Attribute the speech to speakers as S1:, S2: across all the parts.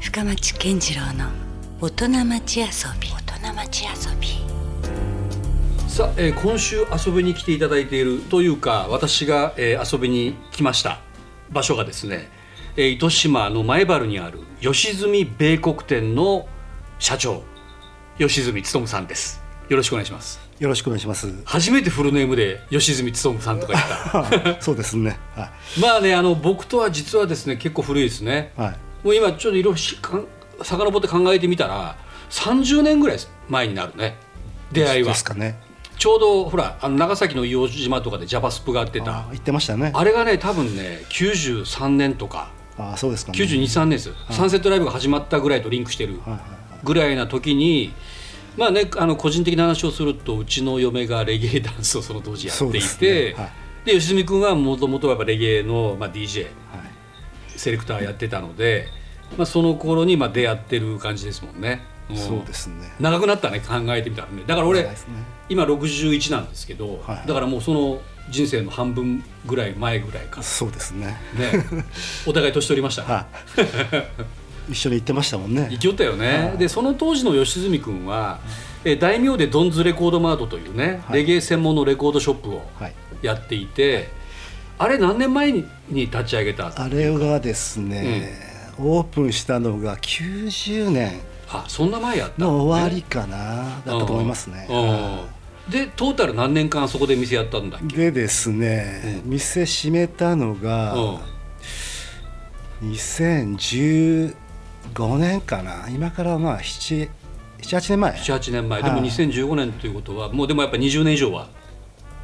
S1: 深町健次郎の大人町遊び大人町遊び
S2: さあ、えー今週遊びに来ていただいているというか私が、えー遊びに来ました場所がですね、えー糸島の前原にある吉住米国店の社長吉住勉さんですよろしくお願いします
S3: よろしくお願いします。
S2: 初めてフルネームで吉住勉さんとか言った
S3: そうですね。は
S2: まあねあの僕とは実はですね結構古いですね
S3: い。はい。
S2: もう今ちょっといろいろしかん遡って考えてみたら30年ぐらい前になるね出会いは
S3: ですかね。
S2: ちょうどほらあの長崎の硫黄島とかでジャパスプがあってた
S3: あ
S2: あ、
S3: 言ってましたね。
S2: れがね多分ね93年とか
S3: あ、そうですかね。
S2: 923年です、サンセットライブが始まったぐらいとリンクしてる
S3: はいはい
S2: ぐらいな時にまあねあの個人的な話をするとうちの嫁がレゲエダンスをその当時やってい
S3: そう
S2: て
S3: です
S2: で,、
S3: ねはい
S2: 吉住君はもともとはやっぱレゲエの、まあ、DJ
S3: はい。
S2: セレクターやってたので、まあ、その頃にまあ出会ってる感じですもんね。も
S3: そうですね。
S2: 長くなったね考えてみたらねだから俺、
S3: 長いですね
S2: 今61なんですけど、
S3: はい
S2: だからもうその人生の半分ぐらい前ぐらいかね
S3: そうです ね。
S2: お互い年取りました、
S3: はい。一緒に行ってましたもんね
S2: 生。きよったよね、でその当時の吉住君は、えー大名でドンズレコードマートというね、
S3: はい
S2: レゲエ専門のレコードショップを
S3: はい。
S2: やっていて、あれ何年前に立ち上げたあ
S3: あれがですね、オープンしたのが90年
S2: そんな前やった
S3: の終わりかな、だったと思いますね。
S2: うんでトータル何年間そこで店やったんだっけ
S3: でですね、
S2: う
S3: 店閉めたのが
S2: うん
S3: 2015年かな。今からまあ7、7、8年前。
S2: 78年前で
S3: は
S2: も
S3: い
S2: 2015年ということはもうでもやっぱ20年以上は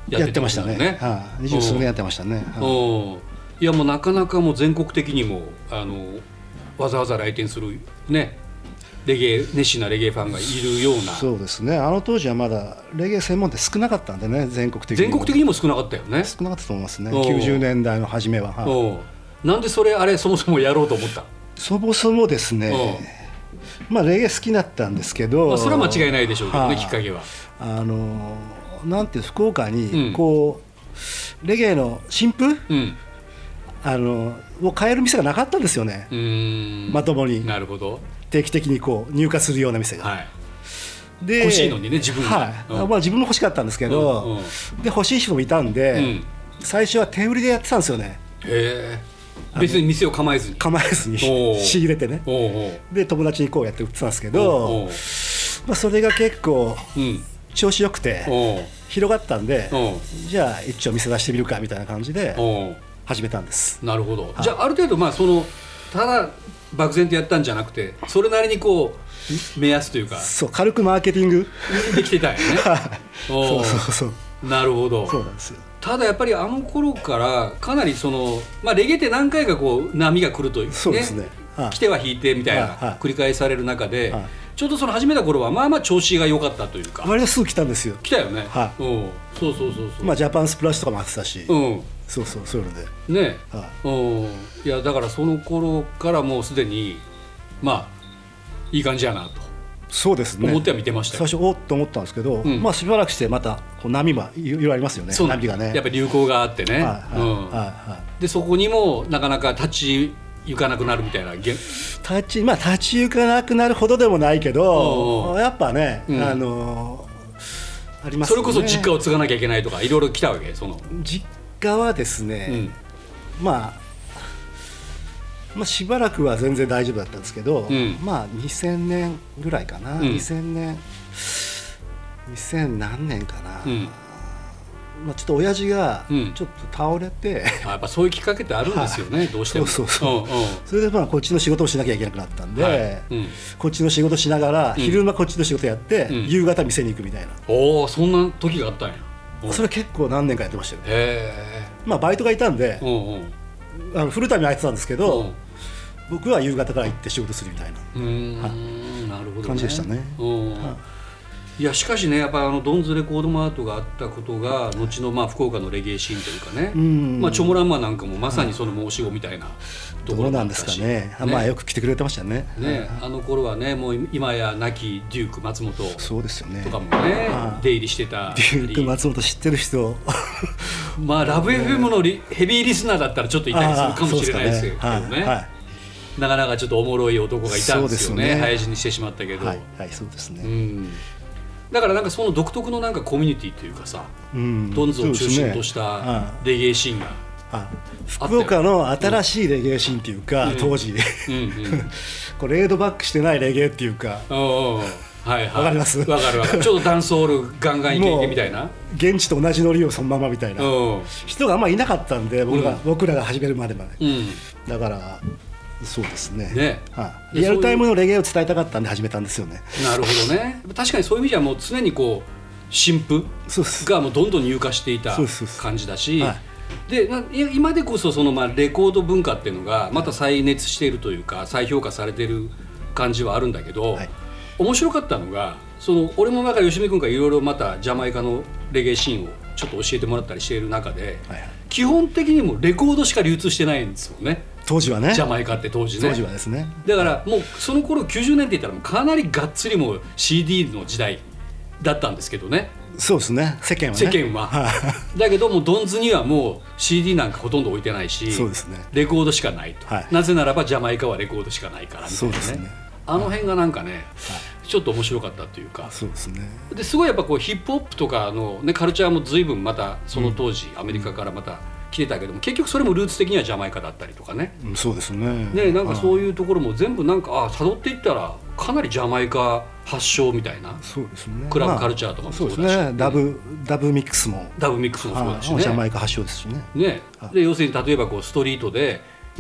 S3: やっ
S2: ってて
S3: ま
S2: ま
S3: し
S2: したた
S3: ね
S2: ね。
S3: はい、二十数年やってましたね。は
S2: う
S3: い
S2: んいやもうなかなかもう全国的にもあのわざわざ来店するねレゲエ熱心なレゲエファンがいるような
S3: そうですね。あの当時はまだレゲエ専門店少なかったんでね、全国的に
S2: 全
S3: も。
S2: 国的にも少なかったよね、
S3: 少なかったと思いますね。
S2: おう
S3: 90年代の初めは。はい
S2: うんなんでそれあれそもそもやろうと思った、
S3: そもそもですね、まあレゲエ好きだったんですけど、
S2: まあ、それは間違いないでしょうけどね
S3: はい
S2: きっかけは
S3: あのなんていう福岡
S2: うん
S3: にこう、レゲエの新風
S2: うん
S3: あのを買える店がなかったんですよね
S2: う。ーん
S3: まともに
S2: なるほど
S3: 定期的にこう入荷するような店が。
S2: はい
S3: で
S2: 欲しいのにね自分が
S3: はい
S2: うん
S3: まあ、自分も欲しかったんですけど、
S2: うんうん
S3: で欲しい人もいたんで、
S2: うん
S3: 最初は手売りでやってたんですよね
S2: へえ別に店を構えずに
S3: 構えずに
S2: おう
S3: 仕入れてね
S2: おうおう
S3: で友達にこうやって売ってたんですけ
S2: おうお
S3: ど
S2: う
S3: まあ、それが結構
S2: うん
S3: 調子よくて
S2: おう
S3: 広がったんで
S2: おう
S3: じゃあ一応店出してみるかみたいな感じで
S2: おう
S3: 始めたんです
S2: なるほど、じゃあある程度まあそのただ漠然とやったんじゃなくてそれなりにこう目安というか
S3: そう軽くマーケティング
S2: できてたんやねお
S3: そううそうそう
S2: なるほ
S3: そう
S2: ど
S3: なんですよ
S2: ただやっぱりあの頃からかなりその、まあ、レゲエって何回かこう波が来るという
S3: そうですねはい
S2: 来ては引いてみたいな、
S3: はいはい
S2: 繰り返される中で、
S3: はい
S2: ちょうどその始めた頃はまあまあ調子が良かったというか
S3: 割とすぐ来たんですよ
S2: 来たよね、
S3: はい
S2: おうそうそうそうそう、
S3: まあジャパンスプラッシュとかもあってたし、
S2: うん
S3: そうそうそういうので
S2: ね
S3: は
S2: うんいやだからその頃からもうすでにまあいい感じやなと
S3: そうですね
S2: 思っては見てましたよ、
S3: 最初おっと思ったんですけど、
S2: ん
S3: まあしばらくしてまたこう波もいいろいろありますよね
S2: そうなん
S3: 波がね
S2: やっぱり流行があってね、
S3: はいはい
S2: うん
S3: はいはい
S2: でそこにもなかなか立ち行かなくなるみたいなげん
S3: 立ちまあ立ち行かなくなるほどでもないけ
S2: おうお
S3: ど
S2: う
S3: やっぱね、
S2: ん
S3: あのーあります
S2: そ
S3: よ
S2: れ
S3: ね
S2: こそ実家を継がなきゃいけないとかいろいろ来たわけその、
S3: 実家はです
S2: う
S3: ね
S2: ん、
S3: まあまあ、しばらくは全然大丈夫だったんですけど、
S2: ん
S3: まあ2000年ぐらいかな、
S2: ん
S3: 2000年2000何年かな、
S2: うん
S3: まあ、ちょっと親父が
S2: うん
S3: ちょっと倒れて、
S2: あやっぱそういうきっかけってあるんですよね、どうしても
S3: そうそうそ
S2: ん
S3: それでまあこっちの仕事をしなきゃいけなくなったんで、
S2: はいうん
S3: こっちの仕事しながら昼間こっちの仕事やって、
S2: ん
S3: 夕方店に行くみたいな、
S2: うんおおそんな時があったんやおう
S3: それ結構何年かやってましたよね、
S2: へ
S3: まあ、バイトがいたんで
S2: えうんうん
S3: あのフルタイム空いてたんですけ
S2: う
S3: ど、
S2: ん
S3: 僕は夕方から行って仕事するみたいな
S2: うーんなるほど、ね、
S3: 感じでしたね
S2: うんいやしかしねやっぱあのドンズレコードマートがあったことが後のまあ福岡のレゲエシーンというかね、
S3: ん
S2: まあ、チョモランマなんかもまさにその申し子みたいなと
S3: ど
S2: ころ
S3: う
S2: だ
S3: な
S2: っ
S3: んです
S2: た
S3: か
S2: し
S3: ねあまあよく来てくれてましたね
S2: ねあの頃はねもう今や亡きデューク松本
S3: そうですよね
S2: とかもね
S3: はい
S2: 出入りしてた
S3: デューク松本知ってる人
S2: まあラブ FM のリヘビーリスナーだったらちょっといたりするかもしれないですけどね
S3: あーそうですかねはいはい
S2: なかなかちょっとおもろい男がいたんですよね
S3: そうですね
S2: 早死にしてしまったけど、
S3: はい、はい、そうです
S2: う
S3: ね。
S2: ん、だからなんかその独特のなんかコミュニティというかさ
S3: うん
S2: ドンズを中心とし
S3: そうですね
S2: た
S3: はい
S2: レゲエシーンが、
S3: あ福岡の新しいレゲエシーンっていうか、
S2: ん
S3: 当時、
S2: うんうん、
S3: これレードバックしてないレゲエっていうか
S2: おうおうはいはい
S3: わかります
S2: わかるわかるちょっとダンスホールガンガンいけいけみたいな
S3: 現地と同じノリをそのままみたいな
S2: うん
S3: 人があんまりいなかったんで僕ら,、
S2: うん
S3: 僕らが始めるまでまで、
S2: うん
S3: だからそうですね
S2: ね
S3: はい
S2: で
S3: リアルタイムのレゲエを伝えたかったんで始めたんですよね
S2: なるほどね確かにそういう意味ではもう常にこう新婦
S3: そうです
S2: がもうどんどん入荷していた
S3: そうですそうです
S2: 感じだし
S3: は
S2: でない今でこそそのまあレコード文化っていうのがまた再熱しているというか再評価されてる感じはあるんだけど、
S3: はい
S2: 面白かったのがその俺もなんか吉見君からいろいろまたジャマイカのレゲエシーンをちょっと教えてもらったりしている中で、
S3: はいはい
S2: 基本的にもうレコードしか流通してないんですよね
S3: 当時はね
S2: ジャマイカって当時ね。
S3: 当時はですね
S2: だからもうその頃90年って言ったらもうかなりがっつりもう CD の時代だったんですけどね
S3: そうですね世間はね
S2: 世間は、
S3: は
S2: だけどもうドンズにはもう CD なんかほとんど置いてないし
S3: そうですね
S2: レコードしかないと、
S3: はい
S2: なぜならばジャマイカはレコードしかないからみた
S3: そ
S2: いうな
S3: です
S2: ね
S3: ね
S2: あの辺がなんかね、ちょっと面白かったというか
S3: いそうですね
S2: ですごいやっぱこうヒップホップとかの、ね、カルチャーも随分またその当時アメリカからまた来てたけども結局それもルーツ的にはジャマイカだったりとかね
S3: うんそうですね
S2: ね、なんか
S3: う
S2: そういうところも全部なんかあ辿っていったらかなりジャマイカ発祥みたいな
S3: そうですね
S2: クラブ
S3: まあ
S2: カルチャーとかも
S3: そうです
S2: そうだし
S3: ねダブダブミックスも
S2: ダブミックスもそうだし
S3: はいジャマ
S2: ね
S3: イカ発祥ですしね
S2: ね
S3: はい
S2: で要するに例えばこうストリートでい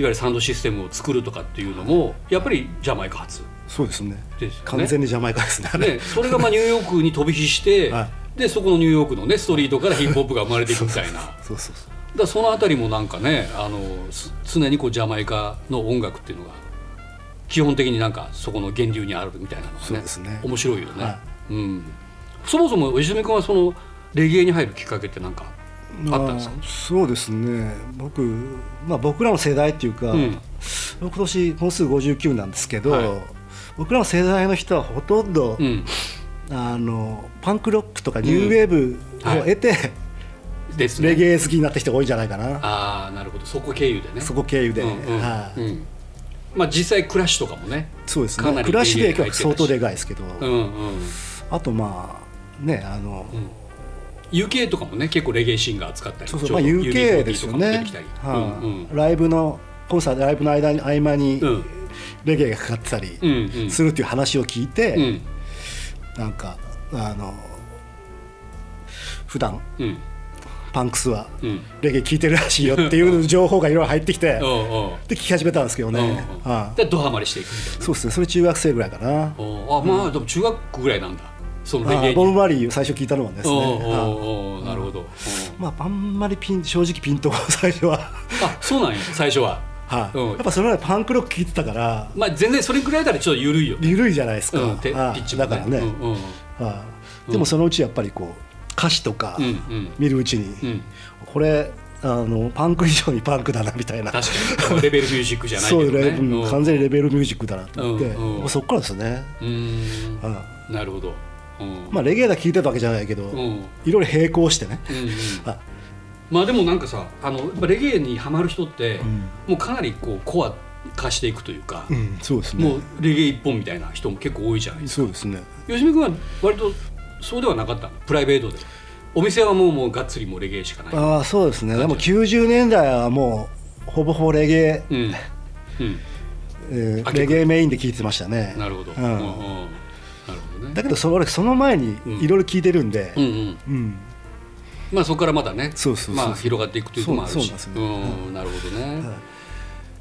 S2: わゆるサウンドシステムを作るとかっていうのもやっぱりジャマイカ発
S3: そうですね
S2: ですよね
S3: 完全にジャマイカですねあれ
S2: ね、それがまあニューヨークに飛び火して、
S3: は
S2: でそこのニューヨークの、ね、ストリートからヒップホップが生まれていくみたい な。
S3: そうそうそう
S2: だからそのあたりもなんかねあのす常にこうジャマイカの音楽っていうのが基本的になんかそこの源流にあるみたいなのがね
S3: そうですね
S2: 面白いよね、
S3: は
S2: うん、そもそも吉住君はそのレゲエに入るきっかけってなんかあったんですか
S3: まあそうですね僕、まあ、僕らの世代っていうか、
S2: うん
S3: 僕今年もうすぐ59なんですけど、
S2: はい
S3: 僕らの世代の人はほとんど、
S2: うん、
S3: あのパンクロックとかニューウェーブを得て、
S2: ですね
S3: レゲエ好きになった人が多いんじゃないかな、
S2: ああなるほどそこ経由でね
S3: そこ経由で、
S2: うんうん
S3: はい
S2: うんまあ実際クラッシュとかもね
S3: そうです
S2: かな
S3: ね
S2: り
S3: クラッシュ
S2: レ
S3: で
S2: ゲエ
S3: 影
S2: 入
S3: 響
S2: ってたし
S3: 相当でかいですけど、
S2: うんうん
S3: あとまあねあの、
S2: UK とかもね結構レゲエシーンが扱ったり
S3: そうそう
S2: ちょ
S3: まあ、
S2: うど
S3: UK
S2: UB40
S3: ですよ
S2: とかも出
S3: ね
S2: てきたり、
S3: は
S2: う
S3: い
S2: んうん
S3: ライブのコンサートライブの間に合間に、
S2: うん
S3: レゲエがかかってたり
S2: うんうん
S3: するっていう話を聞いて、
S2: うん
S3: なんかあの普段
S2: うん
S3: パンクスは
S2: うん
S3: レゲエ聞いてるらしいよっていう情報がいろいろ入ってきて
S2: おうおう
S3: で聞き始めたんですけどね、
S2: うん
S3: は
S2: でドハマりしていくみたい
S3: いそうですねそれ中学生ぐらいかな
S2: なおうあまあでも中学ぐらいなんだそのレ
S3: あ
S2: ゲエ
S3: ー
S2: に
S3: ボブ・マリーを最初聞いたのはですね
S2: おうお
S3: はいう
S2: おうなるほどおう
S3: まああんまりピン正直ピンと最初は、
S2: あそうなんや最初は
S3: はい
S2: うん
S3: やっぱそれまでパンクロック聞いてたから
S2: まあ全然それぐらいだったらちょっと緩いよね
S3: 緩いじゃないですか、
S2: うんてピ
S3: はい
S2: ッチも
S3: だからね、
S2: うんうん
S3: はいでもそのうちやっぱりこう歌詞とか
S2: うんうん
S3: 見るうちに、
S2: うん
S3: これあのパンク以上にパンクだなみたいな
S2: 確かにレベルミュージックじゃないけ
S3: そう
S2: どね
S3: レうん
S2: うん
S3: 完全にレベルミュージックだなと思って、
S2: うんうん
S3: もうそっからですね、
S2: うーん
S3: うん
S2: なるほどうん
S3: まあ、レゲエだけ聴いてたわけじゃないけど、
S2: うんうん
S3: いろいろ並行してね、
S2: うん
S3: あ
S2: まあでもなんかさあのやっぱレゲエにハマる人って、
S3: ん
S2: もうかなりこうコア化していくというか、
S3: うんそうです
S2: も
S3: ね
S2: うレゲエ一本みたいな人も結構多いじゃないです
S3: そうですね
S2: か吉見君は割とそうではなかったのプライベートでお店はもうもうがっつりもうレゲエしかない
S3: ああそうですねでも90年代はもうほぼほぼレゲエ、
S2: うんうん
S3: えー
S2: あ結構
S3: レゲエメインで聴いてましたね
S2: なるほど、
S3: うん
S2: うんうんなるほどね
S3: だけどその俺その前にいろいろ聴いてるんで
S2: う、んうん
S3: うん
S2: まあそこからまだね
S3: そうそうそうそう
S2: まあ広がっていくというのもあるし
S3: そうそうなんですよ
S2: うんなるほどね、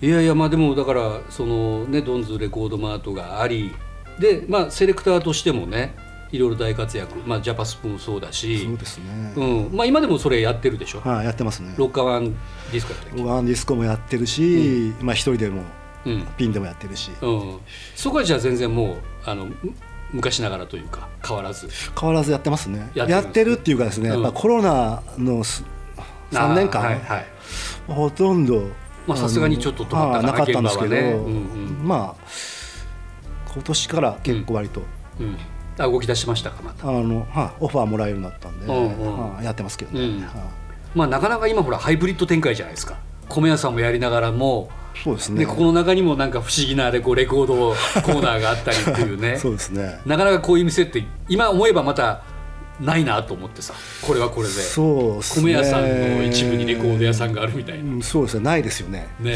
S2: い、やいやまあでもだからそのねドンズレコードマートがありでまあセレクターとしてもねいろいろ大活躍まあジャパスプもそうだし
S3: そうですね、
S2: うん、まあ今でもそれやってるでしょ、
S3: はいやってますね
S2: ロッカーワンディスコやったっけ
S3: ワンディスコもやってるし、まあ一人でも
S2: うん
S3: ピンでもやってるし
S2: うん、そこはじゃあ全然もうあのむ昔ながらというか変わら ず
S3: 変わらずやってますね
S2: や
S3: や
S2: っ
S3: ってて
S2: ます
S3: るっていうかですね、
S2: うん
S3: やっぱコロナのす3年間、
S2: あーはいはい
S3: ほとんど
S2: まあ
S3: の
S2: さすがにちょっと止まったかな
S3: あーなかったんですけど、
S2: 現場はねうん
S3: まあ今年から結構割と、
S2: うん、あ動き出しましたかまた、
S3: あのはいオファーもらえるようになったんで、
S2: うんうん
S3: はいやってますけどね、
S2: うん
S3: はい
S2: まあ、なかなか今ほらハイブリッド展開じゃないですか米屋さんもやりながらも
S3: そうですね
S2: でここの中にもなんか不思議なレコレコードコーナーがあったりっていうね
S3: そうですね
S2: なかなかこういう店って今思えばまたないなと思ってさこれはこれで
S3: そうですね
S2: 米屋さんの一部にレコード屋さんがあるみたいな
S3: うんそうですねないですよね、
S2: ね、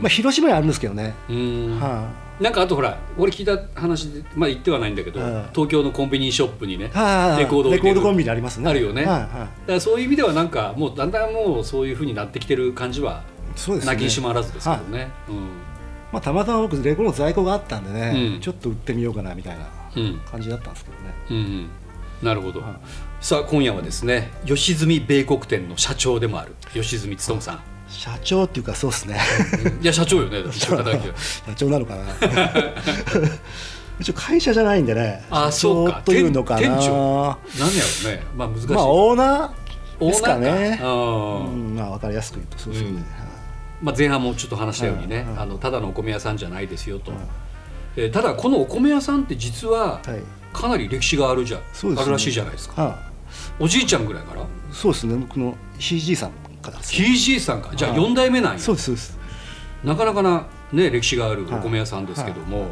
S3: まあ、広島にあるんですけどね、
S2: うんうん
S3: は
S2: なんかあとほら俺聞いた話でまあ言ってはないんだけど、
S3: うん
S2: 東京のコンビニショップにね、
S3: いはい
S2: レコード置い
S3: レ
S2: て
S3: コ
S2: る
S3: ードコンビニありますね
S2: あるよね
S3: はいはい
S2: だからそういう意味ではなんかもうだんだんもうそういうふうになってきてる感じは
S3: そうですね
S2: なきにしもあらずですけどね、
S3: まあ、たまたま僕レコードの在庫があったんでね、
S2: うん
S3: ちょっと売ってみようかなみたいな
S2: うんうん
S3: 感じだったんですけどね
S2: うんうんなるほど、
S3: はい
S2: さあ今夜はですね吉住米国店の社長でもある吉住勉さん、
S3: 社長っていうかそうですね
S2: いや社長よ ねだって
S3: 社
S2: 肩書きは
S3: 長なのかなうち会社じゃないんでね
S2: あ
S3: 社長
S2: そうか
S3: というのかな
S2: 店店
S3: ま
S2: 何やろうねまあ難しい、
S3: あオーナー
S2: オ
S3: です
S2: ーナー
S3: かね
S2: かうん
S3: うんまあ、分かりやすく言うとそうですよね、
S2: うんまあ、前半もちょっと話したようにね、
S3: はいはい
S2: あのただのお米屋さんじゃないですよと、
S3: はい
S2: えーただこのお米屋さんって実は
S3: はい
S2: かなり歴史があるじゃ、
S3: そうですね
S2: あるらしいじゃないですか
S3: あ
S2: おじいちゃんぐらいから
S3: あそうですね僕の CG さんからです
S2: ひ
S3: ね
S2: いじいさんかじゃあ
S3: はい
S2: 4代目なんや、
S3: そうですそうです
S2: なかなかな、ね、歴史があるお米屋さんですけども、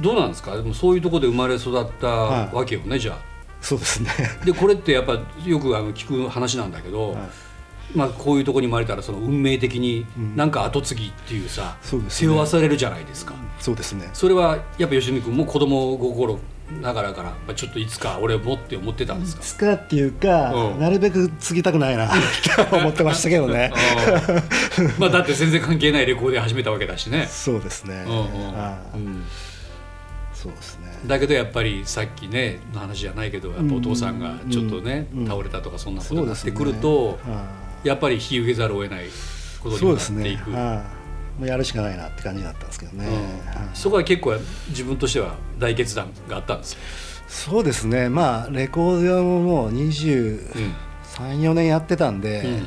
S2: どうなんですかでもそういうところで生まれ育った
S3: はい
S2: わけよね、じゃあ
S3: そうですね
S2: でこれってやっぱよくあの聞く話なんだけど、
S3: はい
S2: まあ、こういうとこに生まれたらその運命的になんか後継ぎっていうさ、
S3: そうです
S2: 背
S3: ね
S2: 負わされるじゃないですか。
S3: そうですね
S2: それはやっぱ吉住君も子供心ながらからまあちょっといつか俺もって思ってたんですか、
S3: つかっていうか、
S2: うん
S3: なるべく継ぎたくな いなと思ってましたけどね
S2: うんまあだって全然関係ないレコードで始めたわけだしね、
S3: そうですね、
S2: うんうん
S3: ああ
S2: うん
S3: そうですね
S2: だけどやっぱりさっきねの話じゃないけどやっぱお父さんがちょっとね、
S3: うんうん
S2: 倒れたとかそんなこと
S3: そう
S2: にな
S3: で
S2: っ
S3: す
S2: て
S3: ね
S2: くると、
S3: あ
S2: やっぱり引き受けざるを得ないこと
S3: あそ
S2: に
S3: う
S2: な
S3: で
S2: っ
S3: す
S2: てい
S3: ね
S2: くそ,、
S3: ああもうやるしかないなって感じだったんですけどね、
S2: うん
S3: あ、あ
S2: そこは結構自分としては大決断があったんですよ、
S3: そうですねまあレコードももう
S2: う
S3: 234
S2: ん、
S3: 年やってたんで、
S2: うん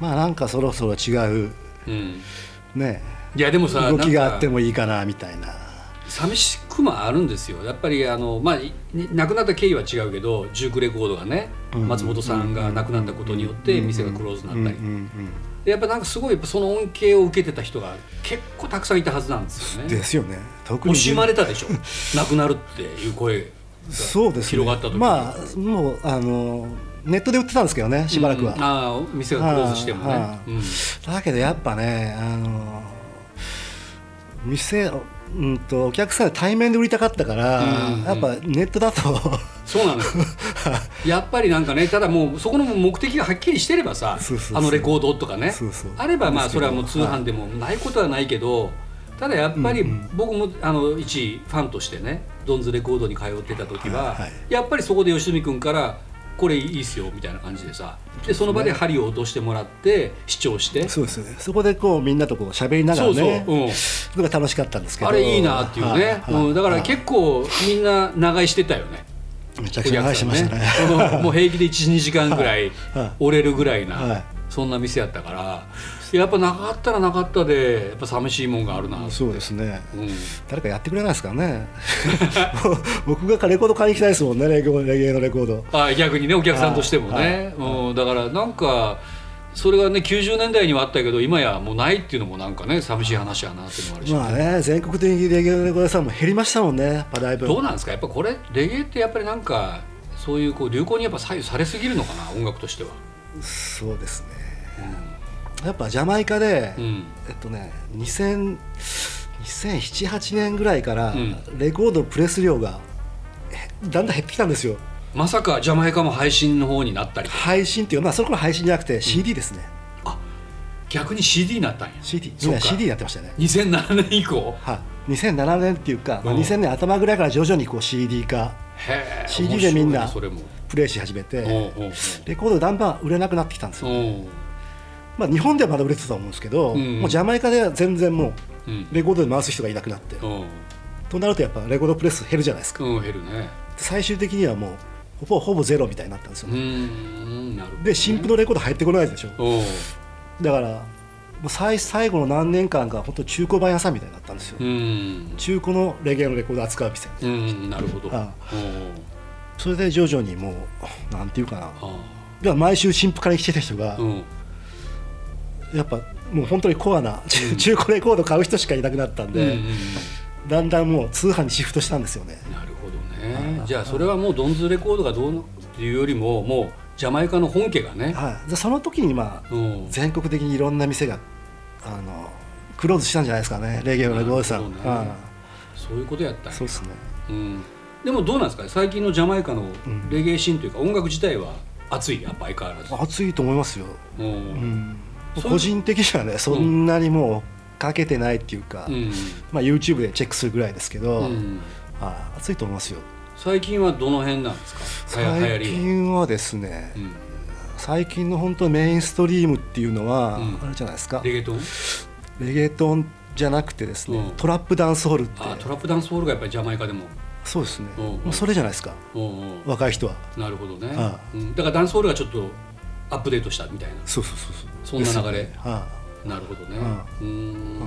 S3: まあなんかそろそろ違う
S2: うん、
S3: ね
S2: いやでもさ
S3: 動き
S2: なん
S3: が
S2: か
S3: あってもいいかなみたいな
S2: 寂しくもあるんですよやっぱりあの、まあ、い亡くなった経緯は違うけどジュークレコードがね、
S3: うん
S2: 松本さんが亡くなったことによって店がクローズになったり、
S3: うんうん
S2: でやっぱなんかすごいやっぱその恩恵を受けてた人が結構たくさんいたはずなんですよ
S3: うん
S2: ね。
S3: ですよね特
S2: 惜
S3: に
S2: しまれたでしょ 亡くなるっていう声が
S3: そうです、ね、
S2: 広がった時
S3: まあもうあのネットで売ってたんですけどねしばらくは、
S2: うんああ店がクローズしてもね、
S3: はあ
S2: うん
S3: だけどやっぱねあの店をうんとお客さんで対面で売りたかったから、
S2: うんうん
S3: やっぱネットだと
S2: そう なのよやっぱりなんかねただもうそこの目的がはっきりしてればさ
S3: そうそうそう
S2: あのレコードとかね
S3: そうそう
S2: あればまあ
S3: です
S2: そ
S3: け
S2: れ
S3: ど
S2: はもう通販でもないことはないけど、ただやっぱり
S3: うんうん
S2: 僕もあの一ファンとしてねドンズレコードに通ってた時は、
S3: はいはい
S2: やっぱりそこで吉住君から「これいいっすよ」みたいな感じでさでその場で針を落としてもらって視聴して
S3: そうですよねそこでこうみんなとこう喋りなが
S2: そ
S3: ら
S2: う
S3: ね
S2: そう、うん、
S3: のが楽しかったんですけど
S2: あれいいなっていうね、
S3: はいはい
S2: うん、だから
S3: はい
S2: 結構みんな長居してたよね。
S3: めちゃくちゃ話しましたね
S2: お客さんねこのも う平気で12時間ぐらい
S3: はい
S2: 折れるぐらい
S3: は
S2: ないそんな店やったからやっぱなかったらなかったでやっぱ寂しいもんがあるな、
S3: そうですね、
S2: うん
S3: 誰かやってくれないですかね僕がレコード買いに行きたいですもんねレゲエレゲエのレコード
S2: あ逆にねお客さんとしても
S3: はい
S2: ね、うん、だからなんかそれがね90年代にはあったけど今やもうないっていうのもなんかね寂しい話やなっていうのもあるし、
S3: まあね全国的にレゲエのレコード屋さんも減りましたもんねやっぱだいぶ
S2: どうなんですかやっぱこれレゲエってやっぱりなんかそういうこう流行にやっぱ左右されすぎるのかな音楽としては。
S3: そうですね、やっぱジャマイカで、
S2: うん
S3: えっとね2000 2007-8年ぐらいから
S2: うん
S3: レコードプレス量がえだんだん減ってきたんですよ
S2: まさかジャマイカも配信の方になったり
S3: 配信っていうまあその頃配信じゃなくて CD ですね、
S2: 逆に CD になったんや
S3: CD み
S2: そ
S3: ん
S2: う
S3: な
S2: か
S3: CD やってましたね
S2: 2007年以降
S3: はい2007年っていうか、まあ
S2: うん
S3: 2000年頭ぐらいから徐々にこう CD 化
S2: へえ
S3: CD でみんな
S2: 面白いね
S3: プレイし始め
S2: それも
S3: て
S2: うんうん
S3: レコードだんだん売れなくなってきたんですよ、
S2: うん
S3: まあ、日本ではまだ売れてたと思うんですけど、
S2: うん
S3: もうジャマイカでは全然も
S2: う
S3: うんレコードで回す人がいなくなって、となるとやっぱレコードプレス減るじゃないですか
S2: うんうん減るね
S3: 最終的にはもうほぼほぼゼロみたいになったんですよ
S2: う
S3: ね、
S2: んなるほど
S3: で新婦のレコード入ってこないでしょ
S2: おう
S3: だからもう最最後の何年間が本当中古版屋さんみたいになったんですよ、
S2: うん
S3: 中古のレゲエのレコード扱う店
S2: うんなるほどおう
S3: あそれで徐々にもうなんていうかな
S2: あ
S3: では毎週新婦から来てた人が、
S2: あうん
S3: やっぱもう本当にコアな中中古レコード買う人しかいなくなったんで、だんだんもう通販にシフトしたんですよね
S2: なるほどねじゃあそれはもうドンズレコードがどうのっていうよりももうジャマイカの本家がね、
S3: はい、でその時にまあ
S2: うん
S3: 全国的にいろんな店があのクローズしたんじゃないですかねレゲエのレコードさん、
S2: なるほどね
S3: は
S2: そういうことやったん
S3: い
S2: や
S3: そうですね
S2: うん、でもどうなんですかね最近のジャマイカのレゲエシーンというか音楽自体は熱いやっぱ相変わらず、
S3: 熱いと思いますよ、
S2: う
S3: うんん、
S2: そう
S3: 個人的にはねそんなにもうかけてないっていうか、
S2: うん
S3: まあ、YouTube でチェックするぐらいですけど、
S2: うん
S3: あ熱いと思いますよ
S2: 最近はどの辺なんですかはや
S3: 最
S2: 流行りは、
S3: 近はですね、
S2: うん、
S3: 最近の本当メインストリームっていうのは、
S2: うん
S3: あれじゃないですか
S2: レゲエトン
S3: レゲエトンじゃなくてですね、
S2: うん
S3: トラップダンスホールって
S2: あトラップダンスホールがやっぱりジャマイカでも
S3: そうですね、
S2: うんうん
S3: もうそれじゃないですか
S2: うんうん
S3: 若い人は
S2: なるほどね、
S3: あ
S2: うん、だからダンスホールがちょっとアップデートしたみたいな
S3: そうそうそう
S2: そん
S3: そう
S2: な流れ
S3: ですよねはい
S2: なるほどね
S3: あ
S2: うん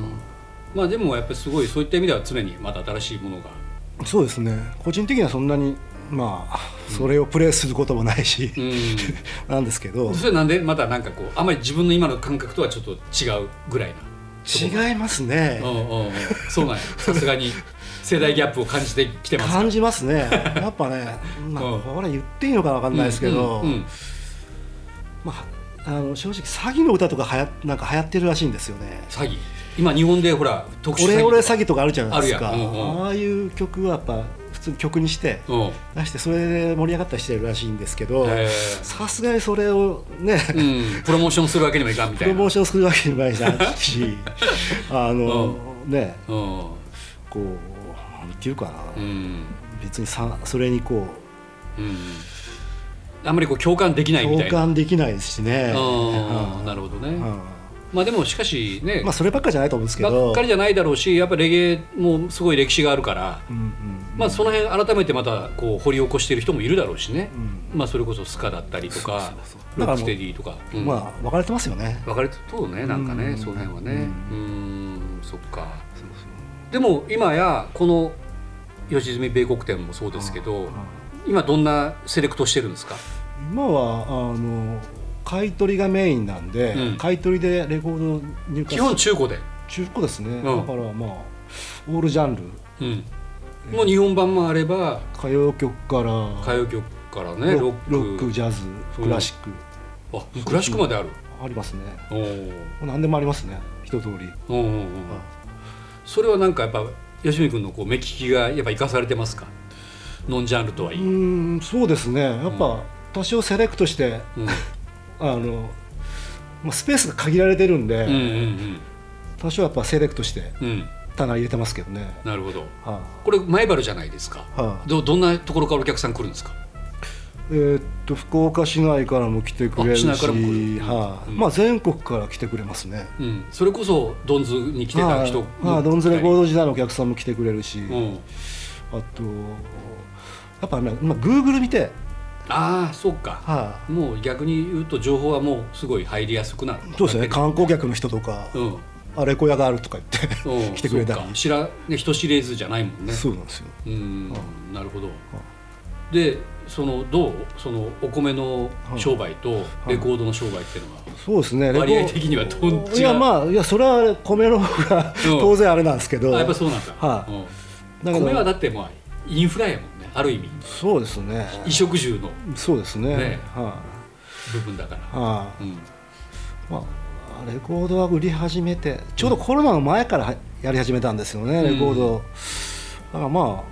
S2: まあでもやっぱりすごいそういった意味では常にまた新しいもの が
S3: そうですね個人的にはそんなにまあそれをプレイすることもないし、
S2: うん
S3: なんですけど
S2: それなんでまたなんかこうあんまり自分の今の感覚とはちょっと違うぐらいな
S3: 違いますね
S2: うんうんうんそう なんやさすがに世代ギャップを感じてきてますか
S3: 感じますねやっぱね、ま
S2: う
S3: あ、
S2: ん
S3: これ言っていいのかわかんないですけど、
S2: うんうん
S3: まあ、あの正直詐欺の歌とかはやなんか流行ってるらしいんですよね
S2: 詐欺今日本でほら特殊
S3: オ
S2: 詐欺
S3: レ
S2: と
S3: オ
S2: か
S3: レ詐欺とかあるじゃないです
S2: あ
S3: かあ,、
S2: るやんうんうん
S3: あいう曲はやっぱ普通に曲にして
S2: うん
S3: 出してそれで盛り上がったりしてるらしいんですけど
S2: へえ
S3: さすがにそれをね、
S2: うんプロモーションするわけにもいかんみた
S3: プ
S2: いな
S3: ロモーションするわけにもいかないしあの、ねこうなんていうかな、
S2: うんうん
S3: 別にさそれにこ
S2: うんあんまりこう共感でき
S3: う
S2: ないみた
S3: 共
S2: いな
S3: 感できないですしね、
S2: うんなる
S3: ほ
S2: ほどね、
S3: うん
S2: まあでもしかしね、
S3: まあそればっかじゃないと思うんですけ
S2: ば
S3: ど
S2: っかりじゃないだろうしやっぱりレゲエもすごい歴史があるから、
S3: うんうん
S2: まあその辺改めてまたこう掘り起こしている人もいるだろうしね、
S3: う
S2: まあそれこそスカだったりとか
S3: そうそうそう
S2: ロックステディとか、うん
S3: まあ分かれてますよね
S2: 分かれてそうねなんかね、
S3: うん
S2: その辺はねう
S3: うん
S2: そっかでも今やこの吉住米国店もそうですけど、今どんなセレクトしてるんですか、
S3: 今はあの買い取りがメインなんで、
S2: うん
S3: 買い取りでレコード入荷
S2: 基本中古で、
S3: 中古ですね、
S2: うん
S3: だからまあオールジャンル
S2: うん、もう日本版もあれば
S3: 歌謡曲から
S2: 歌謡曲からねロ
S3: ロ
S2: ック
S3: ロックジャズクラシック
S2: あクラシックまである、
S3: ありますね
S2: おー
S3: 何でもありますね一通り
S2: うんうんうんそれはなんかやっぱ吉見君のこう目利きがやっぱ生かされてますかノンジャンルとはいうい、うん
S3: んそうですねやっぱ、多少セレクトして
S2: うん、
S3: あの、まあ、スペースが限られてるんで、
S2: うんうん
S3: 多少やっぱセレクトして
S2: うんうん
S3: 棚入れてますけどね、
S2: なるほど
S3: は
S2: これ前原じゃないですか
S3: あはあ
S2: どどんなところからお客さん来るんですか
S3: えーっと福岡市内からも来てくれるし、
S2: あ市内からも来る
S3: はい
S2: うん
S3: まあ、全国から来てくれますね
S2: うん、それこそドンズに来てた人
S3: はいまあ、ドンズレコード時代のお客さんも来てくれるし、
S2: うん、
S3: あとやっぱね、まあ、Google 見て、
S2: ああそうか
S3: は
S2: もう逆に言うと情報はもうすごい入りやすくなる
S3: い、そうですね観光客の人とか、
S2: うん、
S3: あれ小屋があるとか言っ
S2: う
S3: て
S2: ん
S3: 来てくれたり
S2: そうか知らね人知れずじゃないもんね
S3: そうなんですよ
S2: うん、なるほど。で、そのどうそのお米の商売とレコードの商売っていうのは、
S3: そうですねレコ
S2: 割合的にはどっちが
S3: いやまあいやそれは米の方が
S2: うん
S3: 当然あれなんですけど、
S2: あやっぱそうなんだ。
S3: はい
S2: うん
S3: だけど
S2: 米はだってまあインフラやもんね。ある意味
S3: そうですね
S2: 衣食住の
S3: そうですね
S2: ね
S3: は
S2: 部分だから。
S3: い、はい
S2: うん。
S3: まあ、レコードは売り始めてちょうどコロナの前からはやり始めたんですよね、レコードをだからま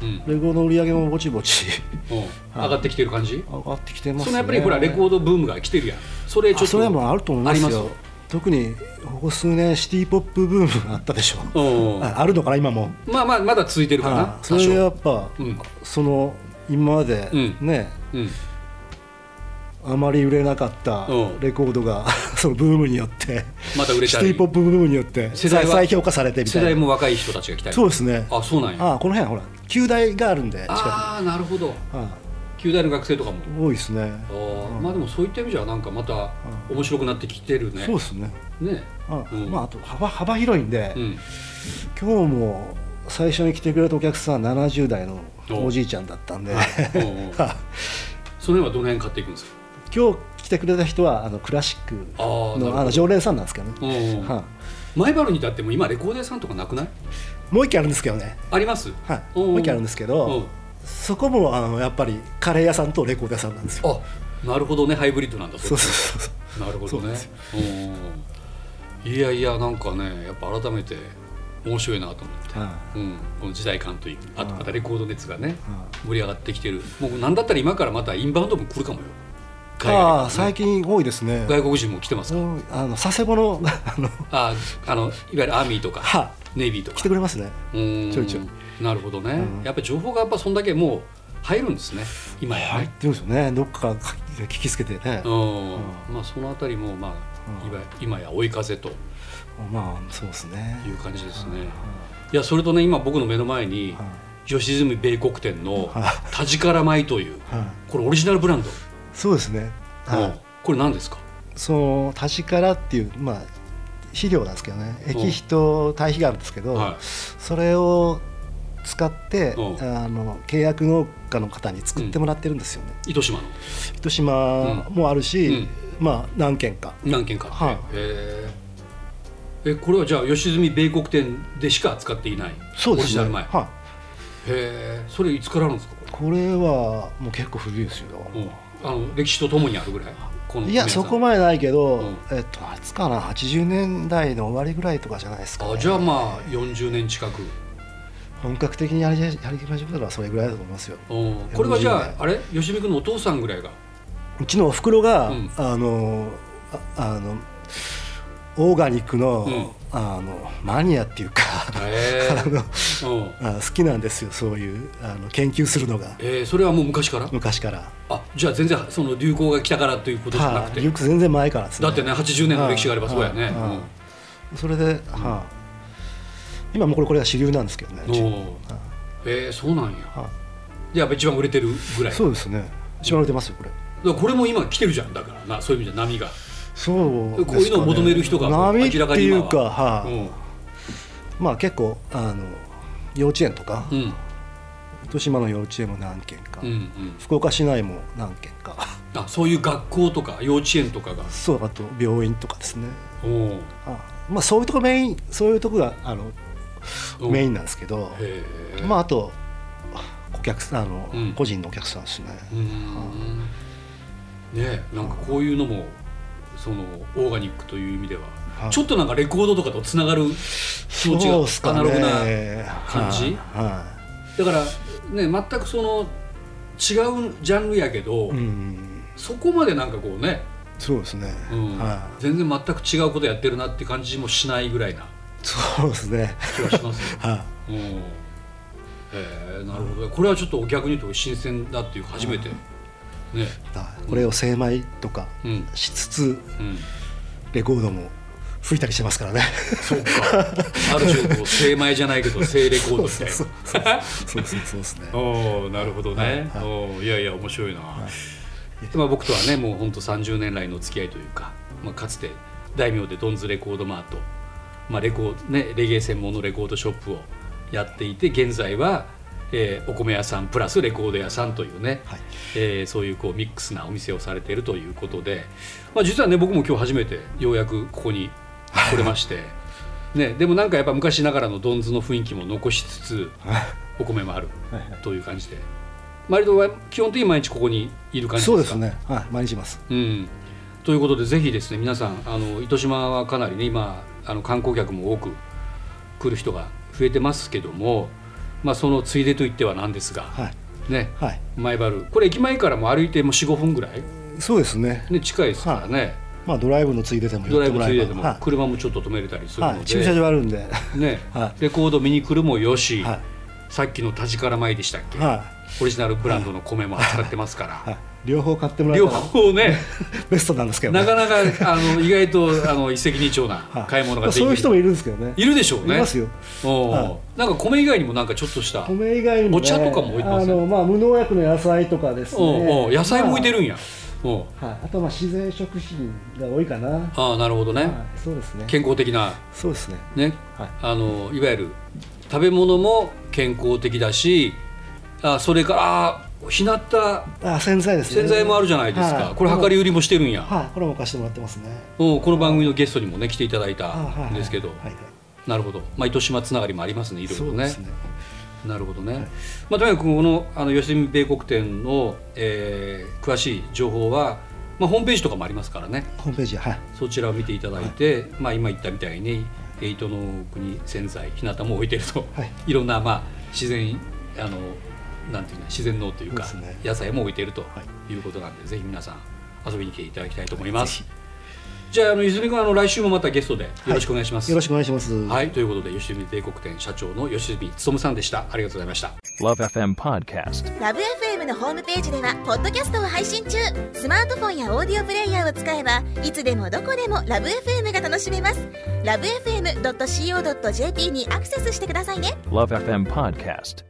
S2: うん
S3: あ。レコードの売り上げもぼちぼち
S2: うん上がってきてる感じ。
S3: 上がってきてますね
S2: そのやっぱりほらレコードブームが来てるやん。それちょっと
S3: あそれもあると思いますよ
S2: ありま
S3: 特にここ数年シティ・ポップブームがあったでしょ
S2: す。うん。
S3: ああるのかな今も
S2: まあまあまだ続いてるかな
S3: は。いそ
S2: 多
S3: れで
S2: 少。
S3: やっぱ、
S2: うん
S3: その今まで
S2: うん
S3: ね、
S2: うん。
S3: あまり売れなかった
S2: うん
S3: レコードが そのブームによって
S2: また売れ
S3: シ
S2: た
S3: テ
S2: り
S3: ィ・ポップブームによって
S2: 世代
S3: 再
S2: は
S3: 再評価されてみた
S2: 世
S3: いな
S2: 代も若い人たちが来たり。
S3: そうですね
S2: あ、そうなんや。
S3: ああこの辺ほら旧大があるんで近くにあ
S2: ああー、なるほど。
S3: あ
S2: 旧大の学生とかも。
S3: 多いですね
S2: あーまあでもそういった意味じゃなんかまた面白くなってきてるね。
S3: そうですね
S2: ね。
S3: ああ、
S2: うん
S3: まあ、あと幅幅広いんで、
S2: うん。
S3: 今日も最初に来てくれたお客さんは70代の
S2: お
S3: おじいちゃんだったんで
S2: おうおう
S3: 今
S2: その辺はどの辺買っていくんですか。
S3: 日来来てくれた人はあのクラシック
S2: あーなるほ
S3: の
S2: ど
S3: あの常連さんなんですけどね、
S2: うん
S3: は
S2: 前原にだってもう今レコーデーさんとかなくない
S3: い、もう一軒あるんですけどね、
S2: あります
S3: はい、
S2: うん
S3: もう一軒あるんですけ
S2: うん
S3: どそこもあのやっぱりカレー屋さんとレコード屋さんなんですよ
S2: あなるほどねハイブリッドなんだ
S3: そう
S2: です
S3: そうそう
S2: なるほ
S3: そ
S2: ど
S3: うなん
S2: ね
S3: ですよ
S2: うんいやいやなんかねやっぱ改めて面白いなと思って、
S3: そう、は
S2: うん、この時代感といいあと
S3: うん
S2: またレコード熱がね
S3: い
S2: 盛り上がってきてるもうなんだったら今からまたインバウンドも来るかもよ海外
S3: あ
S2: か
S3: あ
S2: らね
S3: 最近多いですね
S2: 外国人も来てますか
S3: うんあの佐世保の あの
S2: ああのいわゆるアーミーとか、
S3: は
S2: ネイビーとか
S3: 来てくれますね
S2: うーん
S3: ちょいちょ
S2: なるほどね、
S3: うん
S2: やっぱ情報がやっぱそんだけもう入るんですね今やね、
S3: 入ってるんですよねどっかから聞きつけてね、
S2: うん
S3: う
S2: まあそのあたりもまあ、
S3: うん
S2: いわ今や追い風とい
S3: まあそうですね
S2: う感じですね、いやそれとね今僕の目の前に
S3: はい
S2: 吉住米国店の
S3: はい
S2: 田力米という
S3: はい
S2: これオリジナルブランド、
S3: そうですね、はい
S2: うんこれ何ですか
S3: その田力っていう、まあ、肥料なんですけどね
S2: うん
S3: 液肥と堆肥があるんですけど、
S2: はい
S3: それを使って、
S2: うん
S3: あの契約農家の方に作ってもらってるんですよね、
S2: 糸島の
S3: 糸島もあるし、
S2: うん
S3: まあ何軒か
S2: 何軒かあって、
S3: はい
S2: へええこれはじゃあ吉住米国店でしか扱っていない
S3: そうで
S2: オリ
S3: す
S2: ジナ
S3: ね
S2: ル米へ
S3: は
S2: えそれいつからあるんですかこ
S3: い、これはもう結構古いですよ、
S2: れ、うんあの歴史とともにあるぐらいこの
S3: いや
S2: 米屋さん
S3: そこまでないけど、
S2: うん
S3: えっといつかな80年代の終わりぐらいとかじゃないですか、ね、
S2: あじゃあまあ40年近く
S3: 本格的にやりやり始めたのはそれぐらいだと思いますよ
S2: うんこれはじゃあ
S3: 40
S2: あれ吉見君のお父さんぐらいが
S3: うちのおふくろが、
S2: うん
S3: あのああのオーガニックの,、
S2: うん
S3: あのマニアっていうか、
S2: へ
S3: あの
S2: え、うん
S3: あ好きなんですよそういうあの研究するのが
S2: えー、それはもう昔から
S3: 昔から
S2: あじゃあ全然その流行が来たからということじゃなく
S3: は
S2: て、
S3: いよく全然前からですね
S2: だってね80年の歴史があればそうやね
S3: はいはいそれで、はい今もうこれこれが主流なんですけどね
S2: う
S3: う
S2: ん
S3: ち
S2: おーえー、そうなんや
S3: は
S2: でやっぱ一番売れてるぐらいだ
S3: い
S2: か
S3: そうですね一番売れてますよこれ
S2: らこれも今来てるじゃんだからなそういう意味じゃ波が、
S3: そうですかね
S2: こういうのを求める人がもう
S3: 波って
S2: 明らかに
S3: い
S2: 今は
S3: うかはい、
S2: うん
S3: まあ結構あの幼稚園とか、
S2: うん
S3: 糸島の幼稚園も何軒か、
S2: うんうん
S3: 福岡市内も何軒か
S2: あそういう学校とか幼稚園とかが
S3: そうあと病院とかですね
S2: おー
S3: あまあそういうとこメインそういうとこがあの
S2: うん
S3: メインなんですけど
S2: へえ
S3: まああとお客さんあの、
S2: うん
S3: 個人のお客さんですね、
S2: うーんねえなんかこういうのもそのオーガニックという意味では、
S3: はい
S2: ちょっとなんかレコードとかとつながる気持ち
S3: そうっす
S2: が
S3: か
S2: ア
S3: ね
S2: ナログな感じ
S3: はい、は
S2: だからね全くその違うジャンルやけど、
S3: いうん
S2: そこまでなんかこうね、
S3: そうですね、
S2: うん
S3: はい
S2: 全然全く違うことやってるなって感じもしないぐらいな
S3: そうですね、
S2: 気がしますよ
S3: はい
S2: うんへえなるほどこれはちょっと逆に言うと新鮮だっていう初めて、ね
S3: はいこれを精米とか
S2: うん
S3: しつつ
S2: うん
S3: レコードも吹いたりしてますか らね
S2: そうか。ある種こう精米じゃないけど精レコードみたい
S3: そう
S2: な。
S3: そうそうそうですね
S2: おおなるほどね。
S3: はいはい
S2: おーいやいや面白いな。まあ僕とはねもう本当30年来のお付き合いというか、まあかつて大名でドンズレコードマート、まあレコードねレゲエ専門のレコードショップをやっていて現在は。えーお米屋さんプラスレコード屋さんというね、
S3: はい
S2: えーそういうこうミックスなお店をされているということで、まあ、実はね僕も今日初めてようやくここに来れま して、ね、でもなんかやっぱ昔ながらのどんずの雰囲気も残しつつお米もある
S3: はい
S2: という感じで割とは基本的に毎日ここにいる感じです
S3: そ
S2: か
S3: うですね、はい、毎日います。
S2: うん、ということでぜひですね皆さんあの糸島はかなりね今あの観光客も多く来る人が増えてますけども、まあ、そのついでといってはなんですが、
S3: はい、
S2: ね
S3: はい、
S2: 前原これ駅前からも歩いても45分ぐらい、
S3: そうですね。
S2: ね、近いですからね、
S3: まあドライブのついででも
S2: ドライ
S3: 寄っても
S2: ブ
S3: ら
S2: つ
S3: えば、
S2: いででも
S3: は
S2: 車もちょっと止めれたりす
S3: い、
S2: る
S3: は
S2: の
S3: い、
S2: で、
S3: 駐車場あるん で、
S2: ね
S3: は
S2: レコード見に来るもよし、
S3: は
S2: さっきの田力米でしたっけ、
S3: は
S2: オリジナルブランドの米も扱ってますから、
S3: い、はい、両方買ってもらえ
S2: 両
S3: たら
S2: 方ね
S3: ベストなんですけど、ね。
S2: なかなかあの意外とあの一石二鳥な買い物ができる、
S3: まあそういう人もいるんですけどね。
S2: いるでしょうね
S3: いますよ
S2: おう
S3: は
S2: なんか米以外にもなんかちょっとした
S3: 米以外にも、ね、
S2: お茶とかも置いてますね
S3: あのまあ無農薬の野菜とかですね。
S2: おうおう野菜も置いて
S3: る。
S2: るんや、おう
S3: はい、あとまあ自然食品が多いかな。は
S2: ああなるほどね、
S3: い、そうですね。
S2: 健康的な
S3: そうですね。
S2: ね、
S3: はい
S2: あのいわゆる食べ物も健康的だしあそれからあ日向
S3: あ洗剤ですね
S2: 洗剤もあるじゃないですか、
S3: はい
S2: これ量り売りもしてるんや、
S3: はいこれも貸してもらってますね
S2: うんこの番組のゲストにもね来ていただい
S3: あはい
S2: た
S3: はい
S2: んですけど、
S3: はいはい
S2: なるほど、まあ、糸島つながりもありますねいろい
S3: そ
S2: ろ
S3: う
S2: ね
S3: ですね
S2: なるほどね、まあ、とにかくこのあの吉住米国店の、えー詳しい情報は、まあ、ホームページとかもありますからね
S3: ホームページはい
S2: そちらを見ていただいて、まあ、今言ったみたいにエイトの国洗剤日向も置いてると、
S3: はい
S2: い、ろんな、まあ、自然あのなんていうの自然農というか
S3: そうですね
S2: 野菜も置いてるということなんで、ぜひ皆さん遊びに来ていただきたいと思います。じゃああの泉君あの来週もまたゲストでよろしくお願いします。
S3: よろしくお願いします
S2: はい、ということで吉住米国店社長の吉住勉さんでした。ありがとうございました。
S4: Love FM Podcast.
S5: ラブ f m のホームページではポッドキャストを配信中スマートフォンやオーディオプレイヤーを使えばいつでもどこでもラブ f m が楽しめますラブ FM.co.jp にアクセスしてくださいね
S4: Love FM Podcast.